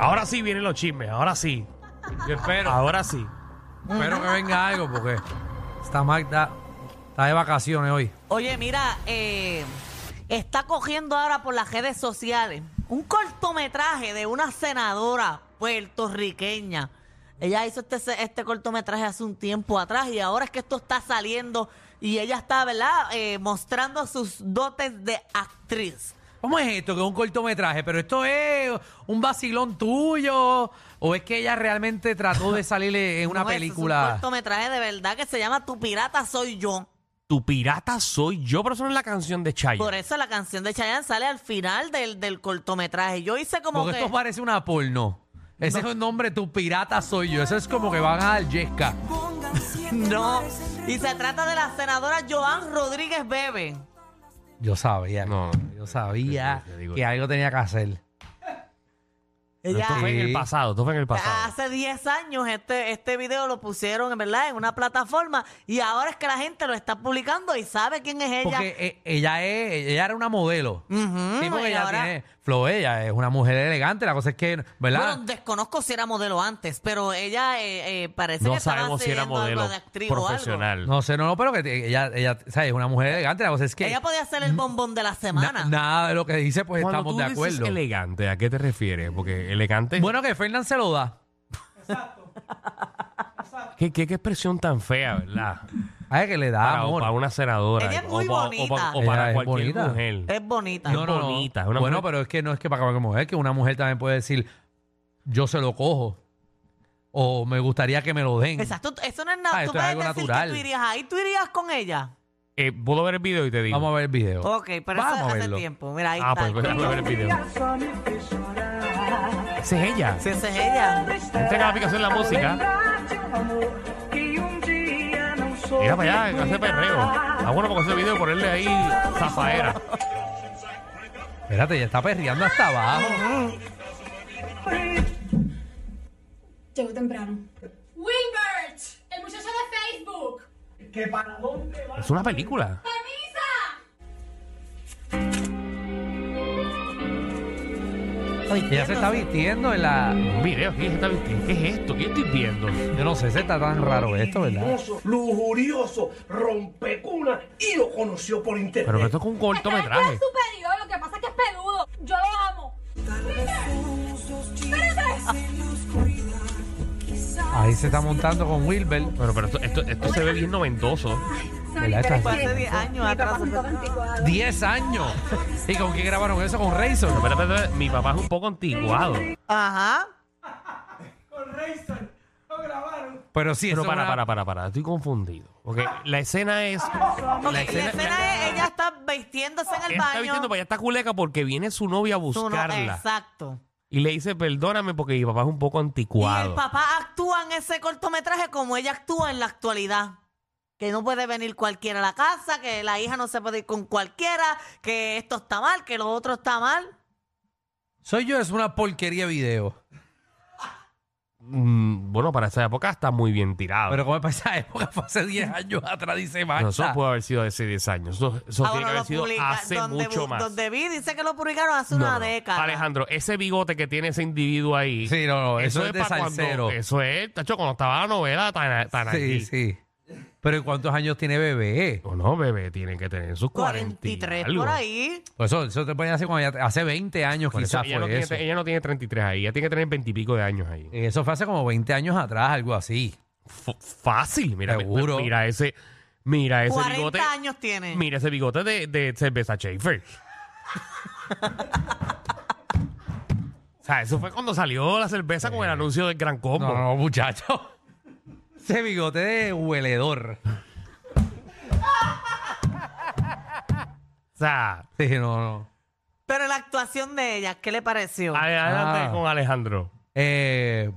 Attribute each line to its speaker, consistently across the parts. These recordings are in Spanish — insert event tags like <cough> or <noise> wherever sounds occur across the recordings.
Speaker 1: Ahora sí vienen los chismes, ahora sí.
Speaker 2: Yo espero,
Speaker 1: Ahora sí.
Speaker 2: espero que venga algo porque esta Magda está de vacaciones hoy.
Speaker 3: Oye, mira, eh, está cogiendo ahora por las redes sociales un cortometraje de una senadora puertorriqueña. Ella hizo este, se- este cortometraje hace un tiempo atrás y ahora es que esto está saliendo y ella está, ¿verdad?, Eh, mostrando sus dotes de actriz.
Speaker 2: ¿Cómo es esto que es un cortometraje? ¿Pero esto es un vacilón tuyo? ¿O es que ella realmente trató de salir
Speaker 3: <laughs>
Speaker 2: en una
Speaker 3: No, eso Es un
Speaker 2: película?
Speaker 3: cortometraje de verdad que se llama Tu pirata soy yo.
Speaker 1: Tu pirata soy yo, pero eso no es la canción de Chayo.
Speaker 3: Por eso la canción de Chayanne sale al final del, del cortometraje. Yo hice como
Speaker 2: Porque
Speaker 3: que...
Speaker 2: esto parece una porno. Ese es el nombre, tu pirata soy yo. Eso es como que van a dar yesca.
Speaker 3: No, y se trata de la senadora Joan Rodríguez Bebe.
Speaker 2: Yo sabía.
Speaker 1: No.
Speaker 2: Yo sabía
Speaker 1: Sí, sí, sí, digo
Speaker 2: que
Speaker 1: yo.
Speaker 2: algo tenía que hacer.
Speaker 1: Pero
Speaker 3: Ella
Speaker 1: Esto fue en el
Speaker 2: Sí.
Speaker 1: pasado, esto fue en el pasado.
Speaker 3: hace 10 años este, este video lo pusieron en verdad en una plataforma y ahora es que la gente lo está publicando y sabe quién es ella.
Speaker 2: Porque eh, ella es, ella era una modelo.
Speaker 3: Ujú,
Speaker 2: Sí, porque
Speaker 3: Mm, y
Speaker 2: ella
Speaker 3: ahora-
Speaker 2: tiene flow, ella es una mujer elegante. La cosa es que, ¿verdad?
Speaker 3: Bueno, desconozco si era modelo antes, pero ella eh, eh, parece que
Speaker 1: No
Speaker 3: estaba
Speaker 1: sabemos si era
Speaker 3: haciendo algo
Speaker 1: modelo
Speaker 3: de actriz o algo.
Speaker 1: profesional.
Speaker 2: no sé, no, no, pero que te- ella, ella, ¿sabes? Es una mujer elegante. La cosa es que
Speaker 3: Ella podía ser el bombón de la
Speaker 2: Mm. na-
Speaker 3: semana.
Speaker 2: nada de lo que dice, pues
Speaker 1: Cuando
Speaker 2: estamos
Speaker 1: tú
Speaker 2: de
Speaker 1: dices
Speaker 2: acuerdo.
Speaker 1: elegante, ¿a qué te refieres? Porque elegante.
Speaker 2: Bueno, que Fernán se lo da.
Speaker 1: ¿Qué, qué, qué expresión tan fea, ¿verdad?
Speaker 2: Ay, que le da
Speaker 1: Para,
Speaker 2: Ah, amor.
Speaker 1: para una senadora.
Speaker 3: Ella es
Speaker 1: o
Speaker 3: muy
Speaker 1: pa- o
Speaker 3: bonita.
Speaker 1: pa- O,
Speaker 2: Ella
Speaker 1: para
Speaker 2: es
Speaker 1: cualquier
Speaker 2: bonita.
Speaker 1: mujer.
Speaker 3: Es bonita.
Speaker 2: no, no, no.
Speaker 1: bonita, es una
Speaker 2: bueno,
Speaker 1: mujer-
Speaker 2: pero es que no es que para cualquier mujer, que una mujer también puede decir, yo se lo cojo. O me gustaría que me lo den.
Speaker 3: Exacto, eso no es nada.
Speaker 2: Ah,
Speaker 3: tú
Speaker 2: esto es
Speaker 3: puedes
Speaker 2: algo
Speaker 3: decir
Speaker 2: natural.
Speaker 3: que tú irías ahí, tú irías con ella.
Speaker 1: Eh, Puedo ver el video y te digo.
Speaker 2: Vamos a ver el video.
Speaker 3: Ok, pero
Speaker 2: Vamos
Speaker 3: eso
Speaker 2: a
Speaker 3: hace
Speaker 2: verlo.
Speaker 3: tiempo. Mira, ahí
Speaker 1: ah,
Speaker 3: está.
Speaker 1: pues déjame ver el video. Esa es ella.
Speaker 3: Si esa es ella.
Speaker 1: Entren a la aplicación de la música. Mira para allá, que hace perreo. Ah, bueno, porque ese video ponerle ahí zafaera.
Speaker 2: Espérate, ella está perreando hasta abajo.
Speaker 4: Llegó temprano.
Speaker 5: Wilbert, el muchacho de Facebook.
Speaker 1: Es una película.
Speaker 5: ¡Permisa!
Speaker 2: Ella se está vistiendo en la...
Speaker 1: Un video. ¿Qué es, esta- qué es esto? ¿Qué estoy viendo?
Speaker 2: Yo no sé, se está tan raro esto, ¿verdad?
Speaker 6: Hermoso, lujurioso, rompecuna y lo conoció por internet.
Speaker 1: Pero que esto es un
Speaker 5: Este
Speaker 1: cortometraje.
Speaker 5: es superior, lo que pasa es que es peludo. Yo lo amo.
Speaker 2: Ahí se está montando con Wilber.
Speaker 1: Bueno, pero esto, esto, esto se ve bien noventoso.
Speaker 2: ¿Verdad? Está
Speaker 3: Fue
Speaker 2: así.
Speaker 3: hace 10 años atrás.
Speaker 2: 10 años. ¿Y con qué grabaron eso? ¿Con Razor?
Speaker 1: Pero, pero, pero, mi papá es un poco antiguado.
Speaker 3: Ajá.
Speaker 2: Pero sí,
Speaker 1: Pero
Speaker 2: eso
Speaker 1: para,
Speaker 2: es una-
Speaker 1: para, para, para. Estoy confundido. Porque la escena es...
Speaker 3: Ok, la escena, es ella está vistiéndose en el
Speaker 1: Ella está
Speaker 3: baño.
Speaker 1: vistiendo para allá está culeca porque viene su novia a
Speaker 3: Tú no-
Speaker 1: buscarla.
Speaker 3: exacto.
Speaker 1: Y le dice, perdóname porque mi papá es un poco
Speaker 3: Y
Speaker 1: anticuado.
Speaker 3: el papá actúa en ese cortometraje como ella actúa en la actualidad. Que no puede venir cualquiera a la casa, que la hija no se puede ir con cualquiera, que esto está mal, que lo otro está mal.
Speaker 2: Soy yo, es una porquería de video.
Speaker 1: Mm, bueno, para esa época está muy bien tirado.
Speaker 2: Pero como para esa época, fue hace 10 años atrás, dice
Speaker 1: No,
Speaker 2: Magda.
Speaker 1: Ah. eso pudo haber sido hace 10 años. Eso, eso
Speaker 3: Ah,
Speaker 1: tiene que haber sido hace
Speaker 3: donde,
Speaker 1: mucho
Speaker 3: bu-
Speaker 1: más.
Speaker 3: donde vi, dice que lo publicaron hace
Speaker 1: No, no,
Speaker 3: una
Speaker 1: no.
Speaker 3: década.
Speaker 1: Alejandro, ese bigote que tiene ese individuo ahí.
Speaker 2: Sí, no, no, eso, es de
Speaker 1: pa' cuando-
Speaker 2: salsero.
Speaker 1: Eso es, tacho, cuando estaba la novela tan, tan
Speaker 2: Sí,
Speaker 1: aquí.
Speaker 2: sí. Pero ¿y cuántos años tiene bebé?
Speaker 1: No, no, bebé, tiene que tener sus
Speaker 3: 43
Speaker 1: algo.
Speaker 3: por ahí.
Speaker 2: Pues eso, eso te pueden hacer cuando ya- hace 20 años
Speaker 1: Por eso,
Speaker 2: quizás
Speaker 1: ella, no
Speaker 2: fue
Speaker 1: tiene,
Speaker 2: eso.
Speaker 1: ella no tiene 33 ahí, ella tiene que tener 20 y pico de años ahí.
Speaker 2: Eso fue hace como 20 años atrás, algo así.
Speaker 1: F- fácil, mira, mi-
Speaker 2: Seguro.
Speaker 1: mira ese, mira ese
Speaker 3: 40
Speaker 1: bigote.
Speaker 3: años tiene.
Speaker 1: Mira ese bigote de, de cerveza Schaefer. <laughs> o sea, eso fue cuando salió la cerveza con el anuncio del Gran Combo.
Speaker 2: No, no, muchacho. Ese bigote de hueledor.
Speaker 1: O sea,
Speaker 2: Sí, no, no.
Speaker 3: Pero la actuación de ella, ¿qué le pareció?
Speaker 1: ale- adelante
Speaker 2: Ah.
Speaker 1: con Alejandro.
Speaker 2: Eh,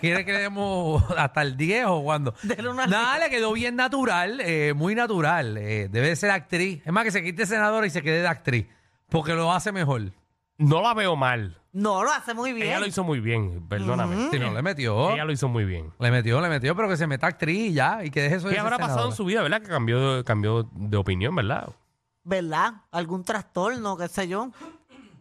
Speaker 2: ¿Quiere que le demos <laughs> hasta el 10 o cuándo?
Speaker 3: Del uno al
Speaker 2: Nada, le quedó bien natural, eh, muy natural. eh, debe de ser actriz. Es más, que se quite senadora y se quede de actriz. Porque lo hace mejor.
Speaker 3: Mm.
Speaker 1: No la veo mal.
Speaker 3: No, lo hace muy bien.
Speaker 1: Ella lo hizo muy bien, perdóname.
Speaker 2: Si no, le metió.
Speaker 1: Ella lo hizo muy bien.
Speaker 2: Le metió, le metió, pero que se meta actriz y ya. Y que deje eso de
Speaker 1: ¿Qué
Speaker 2: ser
Speaker 1: habrá pasado en
Speaker 2: senadora.
Speaker 1: su vida, verdad? Que cambió, cambió de opinión, ¿verdad?
Speaker 3: ¿Verdad? Algún trastorno, qué sé yo.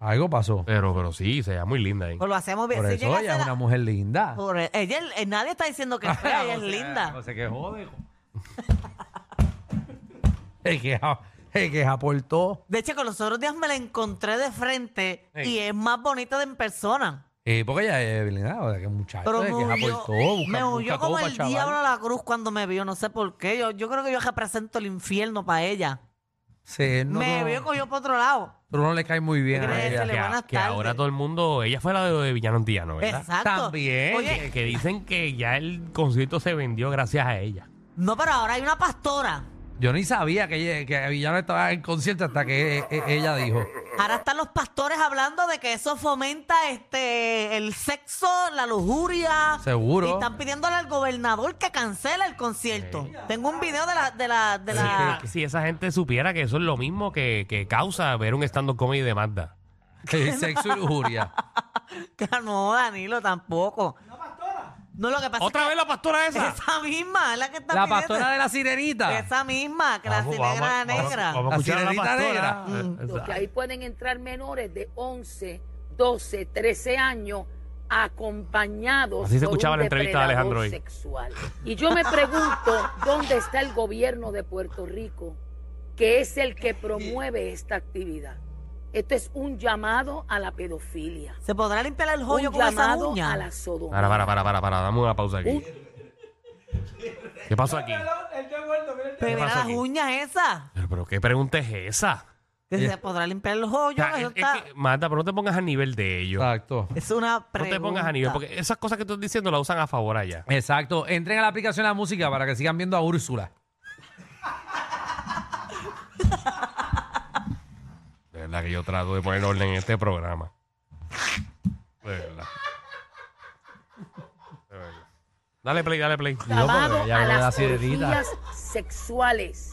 Speaker 2: Algo pasó.
Speaker 1: Pero, pero sí, se veía muy linda ¿eh? ahí.
Speaker 3: Pues lo hacemos bien.
Speaker 2: Por
Speaker 3: Si llega
Speaker 2: eso
Speaker 3: a
Speaker 2: ella
Speaker 3: ser
Speaker 2: es
Speaker 3: la-
Speaker 2: una mujer linda.
Speaker 3: por- e-, ella es- eh, nadie está diciendo que es fea, <laughs> ella
Speaker 2: <laughs>
Speaker 3: es
Speaker 2: O sea,
Speaker 3: linda.
Speaker 2: No sé qué <laughs> jode. el, que, ja- el que aportó.
Speaker 3: De hecho, con los otros días me la encontré de frente
Speaker 2: Ey.
Speaker 3: y es más bonita de en persona.
Speaker 2: Eh, porque ella es bilingüe, o sea, que muchacho.
Speaker 3: Pero
Speaker 2: el
Speaker 3: me
Speaker 2: que
Speaker 3: huyó,
Speaker 2: aportó. Busca,
Speaker 3: me huyó
Speaker 2: busca
Speaker 3: como
Speaker 2: copa,
Speaker 3: el
Speaker 2: chaval.
Speaker 3: diablo a la cruz cuando me vio, no sé por qué. Yo, yo creo que yo represento el infierno para ella.
Speaker 2: Sí, no,
Speaker 3: me
Speaker 2: no,
Speaker 3: vio cogió para otro lado.
Speaker 2: Tú no le caes muy bien
Speaker 3: ¿Qué
Speaker 2: a
Speaker 3: crees?
Speaker 2: ella.
Speaker 3: Se le
Speaker 1: que,
Speaker 3: van a
Speaker 1: que
Speaker 3: tarde.
Speaker 1: ahora todo el mundo. Ella fue la de, de Villano Antillano, ¿verdad?
Speaker 3: Exacto.
Speaker 2: También.
Speaker 1: Que,
Speaker 3: Oye,
Speaker 1: que dicen que ya el concierto se vendió gracias a ella.
Speaker 3: no, pero ahora hay una pastora.
Speaker 2: Yo ni sabía que, ella- que Villano estaba en concierto hasta que eh, eh, ella dijo.
Speaker 3: Ahora están los pastores hablando de que eso fomenta este el sexo, la lujuria.
Speaker 2: Seguro.
Speaker 3: Y están pidiéndole al gobernador que cancele el concierto. Tengo un video de la, de la, de la.
Speaker 1: Si, si esa gente supiera que eso es lo mismo que, que causa ver un stand-up comedy de Magda.
Speaker 3: <laughs>
Speaker 2: Que es sexo y lujuria.
Speaker 3: Que Ah, no, Danilo, tampoco. ¿Una pastora? No, lo que pasa
Speaker 1: ¡Otra
Speaker 3: es
Speaker 1: vez la pastora
Speaker 3: que
Speaker 1: esa!
Speaker 3: esa misma es la que está
Speaker 2: La
Speaker 3: pidiendo.
Speaker 2: pastora de la sirenita.
Speaker 3: Esa misma, que
Speaker 1: Vamos,
Speaker 3: la
Speaker 1: vamos,
Speaker 3: negra
Speaker 1: vamos,
Speaker 3: negra. Mm,
Speaker 1: Vamos, a
Speaker 2: La
Speaker 1: escuchar a la
Speaker 2: sirenita
Speaker 1: pastora.
Speaker 7: Lo que
Speaker 1: Eh,
Speaker 7: ahí pueden entrar menores de 11, 12, 13 años acompañados
Speaker 1: Así se
Speaker 7: por
Speaker 1: escuchaba
Speaker 7: un
Speaker 1: la entrevista de
Speaker 7: depredador
Speaker 1: Alejandro hoy.
Speaker 7: sexual. Y yo me pregunto, ¿dónde está el gobierno de Puerto Rico, que es el que promueve esta actividad? Esto es un llamado a la pedofilia,
Speaker 3: Se podrá limpiar el
Speaker 7: un
Speaker 3: joyo con esa
Speaker 7: llamado
Speaker 3: uña.
Speaker 7: a la sodomía.
Speaker 1: Para, para, para, para, para, dame una pausa aquí. ¿Qué pasó aquí?
Speaker 3: Pero
Speaker 1: ¿Qué
Speaker 3: mira
Speaker 1: pasó
Speaker 3: las
Speaker 1: aquí?
Speaker 3: uñas esas.
Speaker 1: Pero, pero ¿qué pregunta es esa?
Speaker 3: Que se podrá limpiar el
Speaker 1: Eh. O
Speaker 3: joyo.
Speaker 1: sea,
Speaker 3: eso
Speaker 1: es- es
Speaker 3: está-
Speaker 1: que, Magda, pero no te pongas a nivel de ellos.
Speaker 2: Exacto.
Speaker 3: Es una
Speaker 1: No
Speaker 3: pregunta.
Speaker 1: te pongas a nivel, porque esas cosas que tú estás diciendo las usan a favor allá.
Speaker 2: Exacto. Entren a la aplicación de la música para que sigan viendo a Úrsula.
Speaker 1: De verdad que yo trato de poner orden en este programa. De verdad. De verdad. Dale play, dale play.
Speaker 7: llamado
Speaker 2: ella
Speaker 7: a
Speaker 2: habla de
Speaker 7: las
Speaker 2: la sirenita.
Speaker 7: orgías sexuales.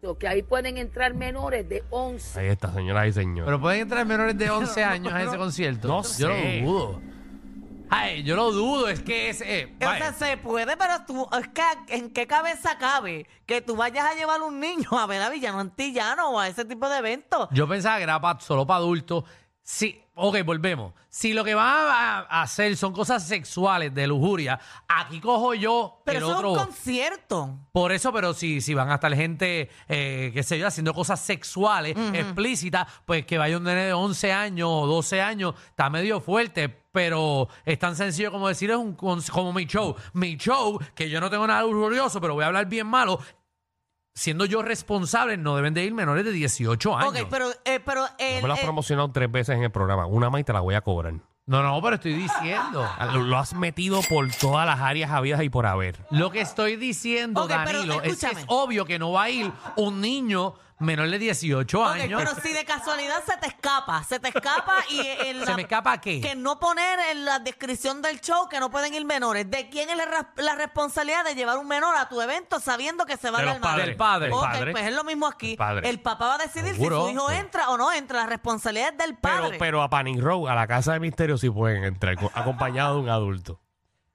Speaker 7: Lo que ahí pueden entrar menores de 11,
Speaker 1: Ahí está, señoras y señores.
Speaker 2: Pero pueden entrar menores de
Speaker 3: <laughs>
Speaker 2: 11 años a ese concierto.
Speaker 1: no
Speaker 2: Yo
Speaker 1: sé.
Speaker 2: lo dudo. Ay, yo lo dudo. Es que es. eh,
Speaker 3: O sea,
Speaker 2: vaya.
Speaker 3: se puede, pero tú, es que ¿en qué cabeza cabe que tú vayas a llevar un niño a ver a Villano Antillano o a ese tipo de eventos?
Speaker 2: Yo pensaba que era pa- solo para adultos. Sí, ok, volvemos. Si lo que van a, a hacer son cosas sexuales de lujuria, aquí cojo yo
Speaker 3: Pero
Speaker 2: el
Speaker 3: eso
Speaker 2: otro.
Speaker 3: es un concierto.
Speaker 2: Por eso, pero si, si van a estar gente, eh, qué sé yo, haciendo cosas sexuales explícitas, pues que vaya un nene de 11 años o 12 años, está medio fuerte, pero es tan sencillo como decir, es un, con- como mi show. Mi show, que yo no tengo nada orgulloso, pero voy a hablar bien malo. Siendo yo responsable, no deben de ir menores de 18 años.
Speaker 3: Ok, pero, eh, pero el,
Speaker 1: me lo has
Speaker 3: eh,
Speaker 1: promocionado tres veces en el programa. Una más y te la voy a cobrar.
Speaker 2: No, no, pero estoy diciendo.
Speaker 1: Lo, lo has metido por todas las áreas habidas y por haber.
Speaker 2: Lo que estoy diciendo,
Speaker 3: Ok, pero
Speaker 2: Danilo, es que es
Speaker 3: escúchame.
Speaker 2: obvio que no va a ir un niño menor de 18
Speaker 3: ok,
Speaker 2: años.
Speaker 3: pero si de casualidad se te escapa, se te escapa y
Speaker 2: <laughs>
Speaker 3: el-
Speaker 2: ¿Se me escapa qué?
Speaker 3: que no poner en la descripción del show que no pueden ir menores. ¿De quién es la, ras- la responsabilidad de llevar un menor a tu evento sabiendo que se va
Speaker 1: De
Speaker 3: a
Speaker 1: los
Speaker 3: dar mal?
Speaker 1: padres.
Speaker 2: Del padre.
Speaker 3: Ok,
Speaker 1: Padre.
Speaker 3: pues es lo mismo aquí.
Speaker 1: El padre.
Speaker 3: papá va a decidir
Speaker 2: Seguro.
Speaker 3: si su hijo entra o no entra. La responsabilidad es del
Speaker 1: Pero,
Speaker 3: padre.
Speaker 1: pero a Panic Row, a la casa de misterio, sí pueden entrar, co- acompañado de un adulto.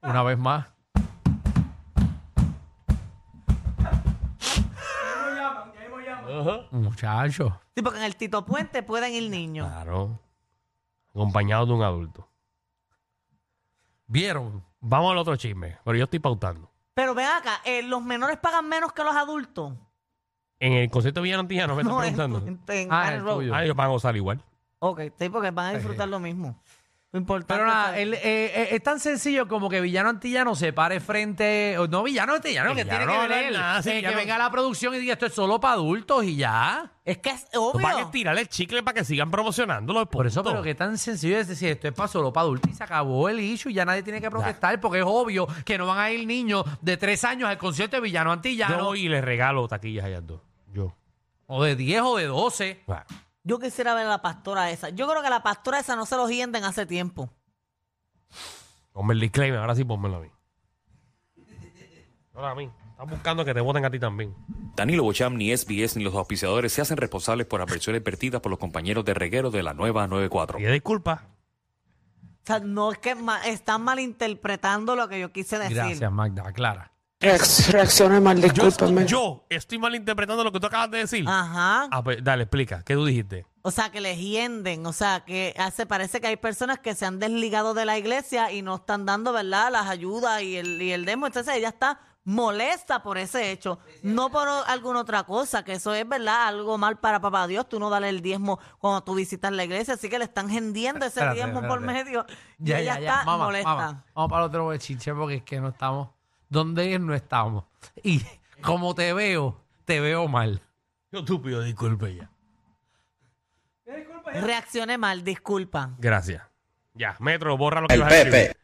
Speaker 2: Una vez más. Muchachos.
Speaker 3: Sí, porque en el Tito Puente pueden ir niños.
Speaker 1: Claro. Acompañado de un adulto.
Speaker 2: ¿Vieron?
Speaker 1: Vamos al otro chisme, pero yo estoy pautando.
Speaker 3: Pero ven acá, eh, los menores pagan menos que los adultos.
Speaker 1: En el concierto de Villanantilla no me están
Speaker 3: en-
Speaker 1: preguntando.
Speaker 3: en- en
Speaker 2: Ah,
Speaker 3: Cannon
Speaker 2: el
Speaker 3: Road.
Speaker 2: tuyo.
Speaker 1: Ah, ellos van a gozar igual.
Speaker 3: Ok, sí, porque van a disfrutar lo mismo. Lo importante
Speaker 2: Pero nada,
Speaker 3: es-
Speaker 2: el- eh, eh, es tan sencillo como que Villano Antillano se pare frente. o No, Villano Antillano, que
Speaker 1: Villano
Speaker 2: tiene que
Speaker 1: no
Speaker 2: ver
Speaker 1: habla
Speaker 2: él.
Speaker 1: nada, sí,
Speaker 2: Eh, que
Speaker 1: Villano-
Speaker 2: venga la producción y diga esto es solo para adultos y ya.
Speaker 3: es que es
Speaker 1: Pues Van a
Speaker 3: obvio.
Speaker 1: tirarle el chicle para que sigan promocionándolo.
Speaker 2: Por eso, pero que tan sencillo es decir, esto es para solo para adultos y se acabó el issue y ya nadie tiene que protestar porque es obvio que no van a ir niños de tres años al concierto de Villano
Speaker 1: Yo
Speaker 2: Antillano
Speaker 1: voy y les regalo taquillas a ellas dos. Yo.
Speaker 2: o de 10 o de 12.
Speaker 1: Ah,
Speaker 3: Yo quisiera ver a la pastora esa. Yo creo que a la pastora esa no se los hienden hace tiempo.
Speaker 1: Ponme el disclaimer, ahora sí ponmelo a mí. Ahora a mí. Están buscando que te voten a ti también.
Speaker 8: Danilo Bocham, ni SBS, ni los auspiciadores se hacen responsables por adversiones vertidas por los compañeros de reguero de la nueva 94.
Speaker 1: Pide disculpas.
Speaker 3: O sea, no es que ma- están malinterpretando lo que yo quise decir.
Speaker 2: Gracias, Magda, Clara.
Speaker 9: Reacc- Reaccioné mal,
Speaker 1: Yo,
Speaker 9: discúlpame.
Speaker 1: yo estoy malinterpretando lo que tú acabas de decir.
Speaker 3: Ajá.
Speaker 1: Ah, pues, dale, explica. ¿Qué tú dijiste?
Speaker 3: O O sea, que les hienden. O sea, que hace, parece que hay personas que se han desligado de la iglesia y no están dando, ¿verdad?, las ayudas y el, y el demo. Entonces ella está molesta por ese hecho, no por o- alguna otra cosa, que eso es, ¿verdad?, algo mal para papá Dios. Tú no dale el diezmo cuando tú visitas la iglesia. Así que le están hendiendo ese
Speaker 2: Espérate,
Speaker 3: diezmo por
Speaker 2: espérate.
Speaker 3: medio. Y ella está
Speaker 2: Mamá,
Speaker 3: molesta.
Speaker 2: mamá, Vamos para el otro bochinche porque es que no estamos. Donde ir no estamos. Y como te veo, te veo mal. Yo tú pido disculpas ya.
Speaker 3: Reaccioné mal, disculpa.
Speaker 1: Gracias. Ya, Metro, borra lo que ibas a decir.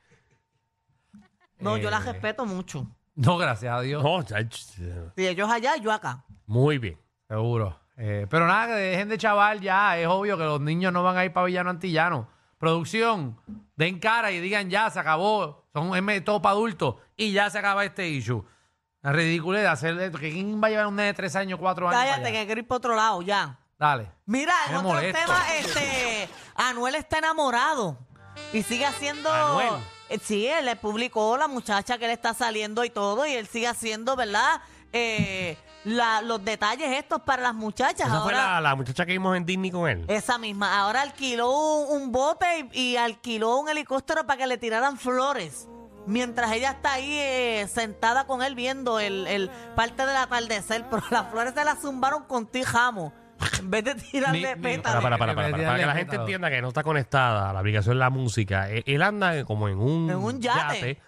Speaker 3: No, yo la
Speaker 2: Eh.
Speaker 3: respeto mucho.
Speaker 2: No, gracias a Dios.
Speaker 1: No, ya, ch-
Speaker 3: Si ellos allá, yo acá.
Speaker 1: muy bien.
Speaker 2: Seguro. Eh, pero nada, que dejen de chaval ya. Es obvio que los niños no van a ir para Villano Antillano. Producción, den cara y digan ya, se acabó. Son es me- todo para adultos y ya se acaba este issue. La ridícula de hacerle. que ¿Quién va a llevar un nene de tres años, cuatro años? para
Speaker 3: Cállate,
Speaker 2: allá?
Speaker 3: que quiero ir para otro lado, ya.
Speaker 2: Dale.
Speaker 3: Mira, en
Speaker 2: Me
Speaker 3: otro
Speaker 2: molesto.
Speaker 3: tema, este, Anuel está enamorado y sigue haciendo...
Speaker 1: Anuel.
Speaker 3: Eh, Sí, él le publicó la muchacha que le está saliendo y todo, y él sigue haciendo, ¿verdad? Eh, la- los detalles estos para las muchachas.
Speaker 1: Esa fue
Speaker 3: Ahora, Eh,
Speaker 1: la, la muchacha que vimos en Disney con él.
Speaker 3: Esa misma. Ahora alquiló un, un bote y, y alquiló un helicóptero para que le tiraran flores. Mientras ella está ahí eh, sentada con él viendo el, el parte del atardecer, <laughs> pero las flores se las zumbaron con ti, jamo. En vez de tirarle
Speaker 2: Ni- ni-
Speaker 1: Para,
Speaker 3: pétalos.
Speaker 1: para, para, para, para, para que la gente entienda que no está conectada a la aplicación La Música. E- Él anda como en un,
Speaker 3: En un yate.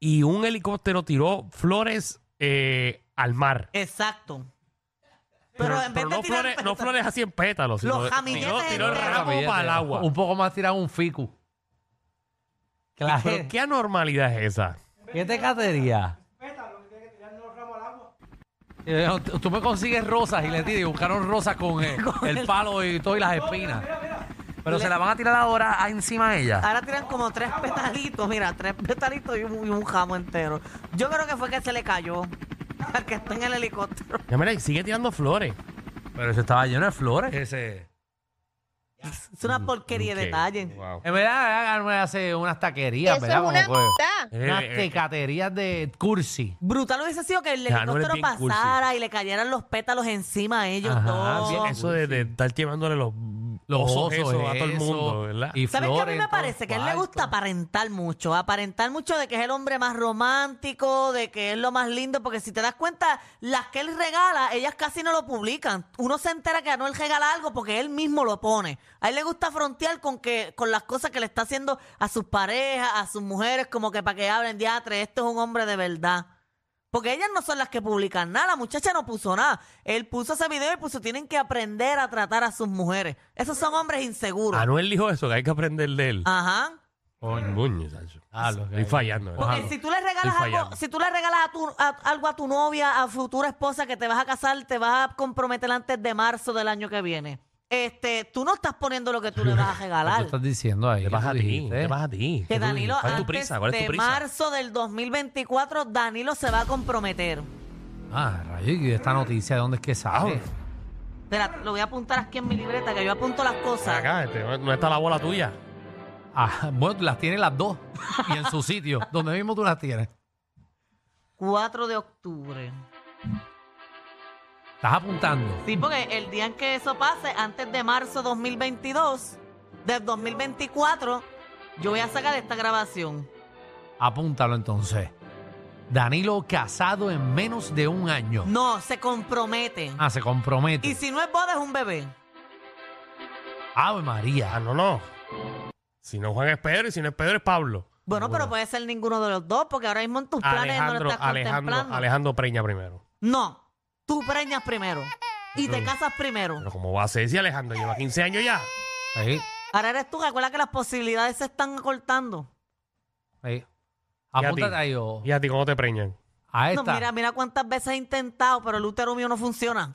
Speaker 1: y un helicóptero tiró flores eh, al mar.
Speaker 3: Exacto. Pero, en vez de
Speaker 1: no,
Speaker 3: tirar
Speaker 1: flores, no
Speaker 3: pétalos-
Speaker 1: flores así en pétalos. sino-
Speaker 3: Los jamilletes
Speaker 1: tiró, tiró el
Speaker 3: enteros.
Speaker 1: ramo para el agua.
Speaker 2: Un poco más tirado un ficu. Que la
Speaker 3: Eh.
Speaker 1: ¿Pero
Speaker 2: gente-
Speaker 1: qué anormalidad es esa?
Speaker 2: ¿Qué te catería? Eh, no, Tú tú me consigues rosas y le tiras y buscaron rosas <laughs> con eh, el, palo y todo y las espinas. Pero se la van a tirar ahora a- encima de ella.
Speaker 3: Ahora tiran como tres petalitos, mira, tres petalitos y un, y un jamo entero. Yo creo que fue que se le cayó al que está en el helicóptero.
Speaker 1: Ya, mira, y sigue tirando flores.
Speaker 2: Pero eso estaba lleno de flores. Ese.
Speaker 3: Es una porquería
Speaker 1: Mm,
Speaker 3: de
Speaker 1: Ok.
Speaker 3: detalle.
Speaker 1: Wow.
Speaker 2: En verdad, Anuel hace unas taquerías, ¿verdad? Como que-
Speaker 3: Ah.
Speaker 1: Eh,
Speaker 2: unas
Speaker 1: eh,
Speaker 2: tecaterías de cursi.
Speaker 3: Brutal hubiese sido que el
Speaker 1: Ya, no eres
Speaker 3: helicóptero
Speaker 1: bien cursi.
Speaker 3: pasara y le cayeran los pétalos encima a ellos
Speaker 2: Ajá,
Speaker 3: dos.
Speaker 2: bien,
Speaker 1: Eso de, de estar llevándole los,
Speaker 2: Los osos,
Speaker 1: esos Oh, a todo el
Speaker 2: eso,
Speaker 1: mundo, ¿verdad?
Speaker 2: Y
Speaker 3: ¿Sabes qué a mí
Speaker 2: flores
Speaker 3: me
Speaker 2: en todos
Speaker 3: parece? Que a él le gusta
Speaker 2: cuartos.
Speaker 3: aparentar mucho, aparentar mucho de que es el hombre más romántico, de que es lo más lindo, porque si te das cuenta, las que él regala, ellas casi no lo publican. Uno se entera que Anuel regala algo porque él mismo lo pone. A él le gusta frontear con que con las cosas que le está haciendo a sus parejas, a sus mujeres, como que para que hablen diatre, este es un hombre de verdad. Porque ellas no son las que publican nada, la muchacha no puso nada. Él puso ese video y puso, tienen que aprender a tratar a sus mujeres. Esos son hombres inseguros.
Speaker 1: Anuel dijo eso, que hay que aprender de él.
Speaker 3: Ajá.
Speaker 1: Coño, coño, Sancho.
Speaker 2: Ah, lo que
Speaker 1: Estoy
Speaker 2: hay.
Speaker 1: fallando. ¿verdad?
Speaker 3: Porque si tú le regalas
Speaker 1: Estoy
Speaker 3: algo,
Speaker 1: fallando.
Speaker 3: si tú le regalas a tu, a- algo a tu novia, a futura esposa que te vas a casar, te vas a comprometer antes de marzo del año que viene. Este, tú no estás poniendo lo que tú
Speaker 1: <laughs>
Speaker 3: le vas a
Speaker 2: ¿Qué tú
Speaker 3: regalar.
Speaker 2: estás diciendo ahí?
Speaker 1: ¿Qué
Speaker 2: ¿Qué
Speaker 1: pasa a
Speaker 2: tú
Speaker 1: ti?
Speaker 2: dijiste?
Speaker 1: ¿Qué pasa a
Speaker 2: eh,
Speaker 1: ti?
Speaker 3: Que
Speaker 1: ¿Qué tú
Speaker 3: Danilo,
Speaker 1: dices? ¿Cuál es tu
Speaker 3: antes
Speaker 1: prisa? ¿Cuál es tu
Speaker 3: de
Speaker 1: prisa?
Speaker 3: marzo del 2024, Danilo se va a comprometer.
Speaker 2: Ah, rayo, ¿y esta noticia de dónde es que sale?
Speaker 3: Espera, lo voy a apuntar aquí en mi libreta, que yo apunto las
Speaker 1: Para
Speaker 3: cosas.
Speaker 1: acá, este, no- no está la bola tuya.
Speaker 2: Ah, <laughs> bueno, las tiene las dos. Y en su sitio, <laughs> donde mismo tú las tienes.
Speaker 3: 4 de octubre.
Speaker 2: Estás apuntando.
Speaker 3: Sí, porque el día en que eso pase, antes de marzo 2022, del 2024, yo voy a sacar esta grabación.
Speaker 2: Apúntalo entonces. Danilo casado en menos de un año.
Speaker 3: No, se compromete.
Speaker 2: Ah, se compromete.
Speaker 3: Y si no es boda, es un bebé.
Speaker 2: Ave
Speaker 1: Ah,
Speaker 2: María.
Speaker 1: no, no. Si no Juan es Pedro y si no es Pedro es Pablo.
Speaker 3: Bueno, pero puede ser ninguno de los dos, porque ahora mismo en tus planes no lo
Speaker 1: Alejandro,
Speaker 3: estás
Speaker 1: Alejandro,
Speaker 3: contemplando.
Speaker 1: Alejandro Preña primero.
Speaker 3: No, tú preñas primero y te casas primero.
Speaker 1: Mm. Pero como va a ser si Alejandro lleva 15 años ya.
Speaker 2: Ahí,
Speaker 3: Ahora eres tú, recuerda que las posibilidades se están acortando.
Speaker 2: ahí.
Speaker 1: ti?
Speaker 2: Apúntate ahí. o-
Speaker 1: ¿Y a ti cómo te preñan?
Speaker 2: A
Speaker 3: No,
Speaker 2: esta.
Speaker 3: mira, mira cuántas veces he intentado, pero el útero mío no funciona.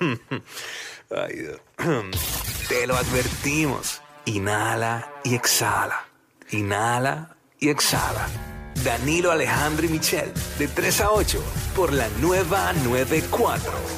Speaker 10: Ay, Dios. <clears throat> Te lo advertimos. Inhala y exhala. Inhala y exhala. Danilo Alejandro y Michel, de 3 a 8, por la nueva 94.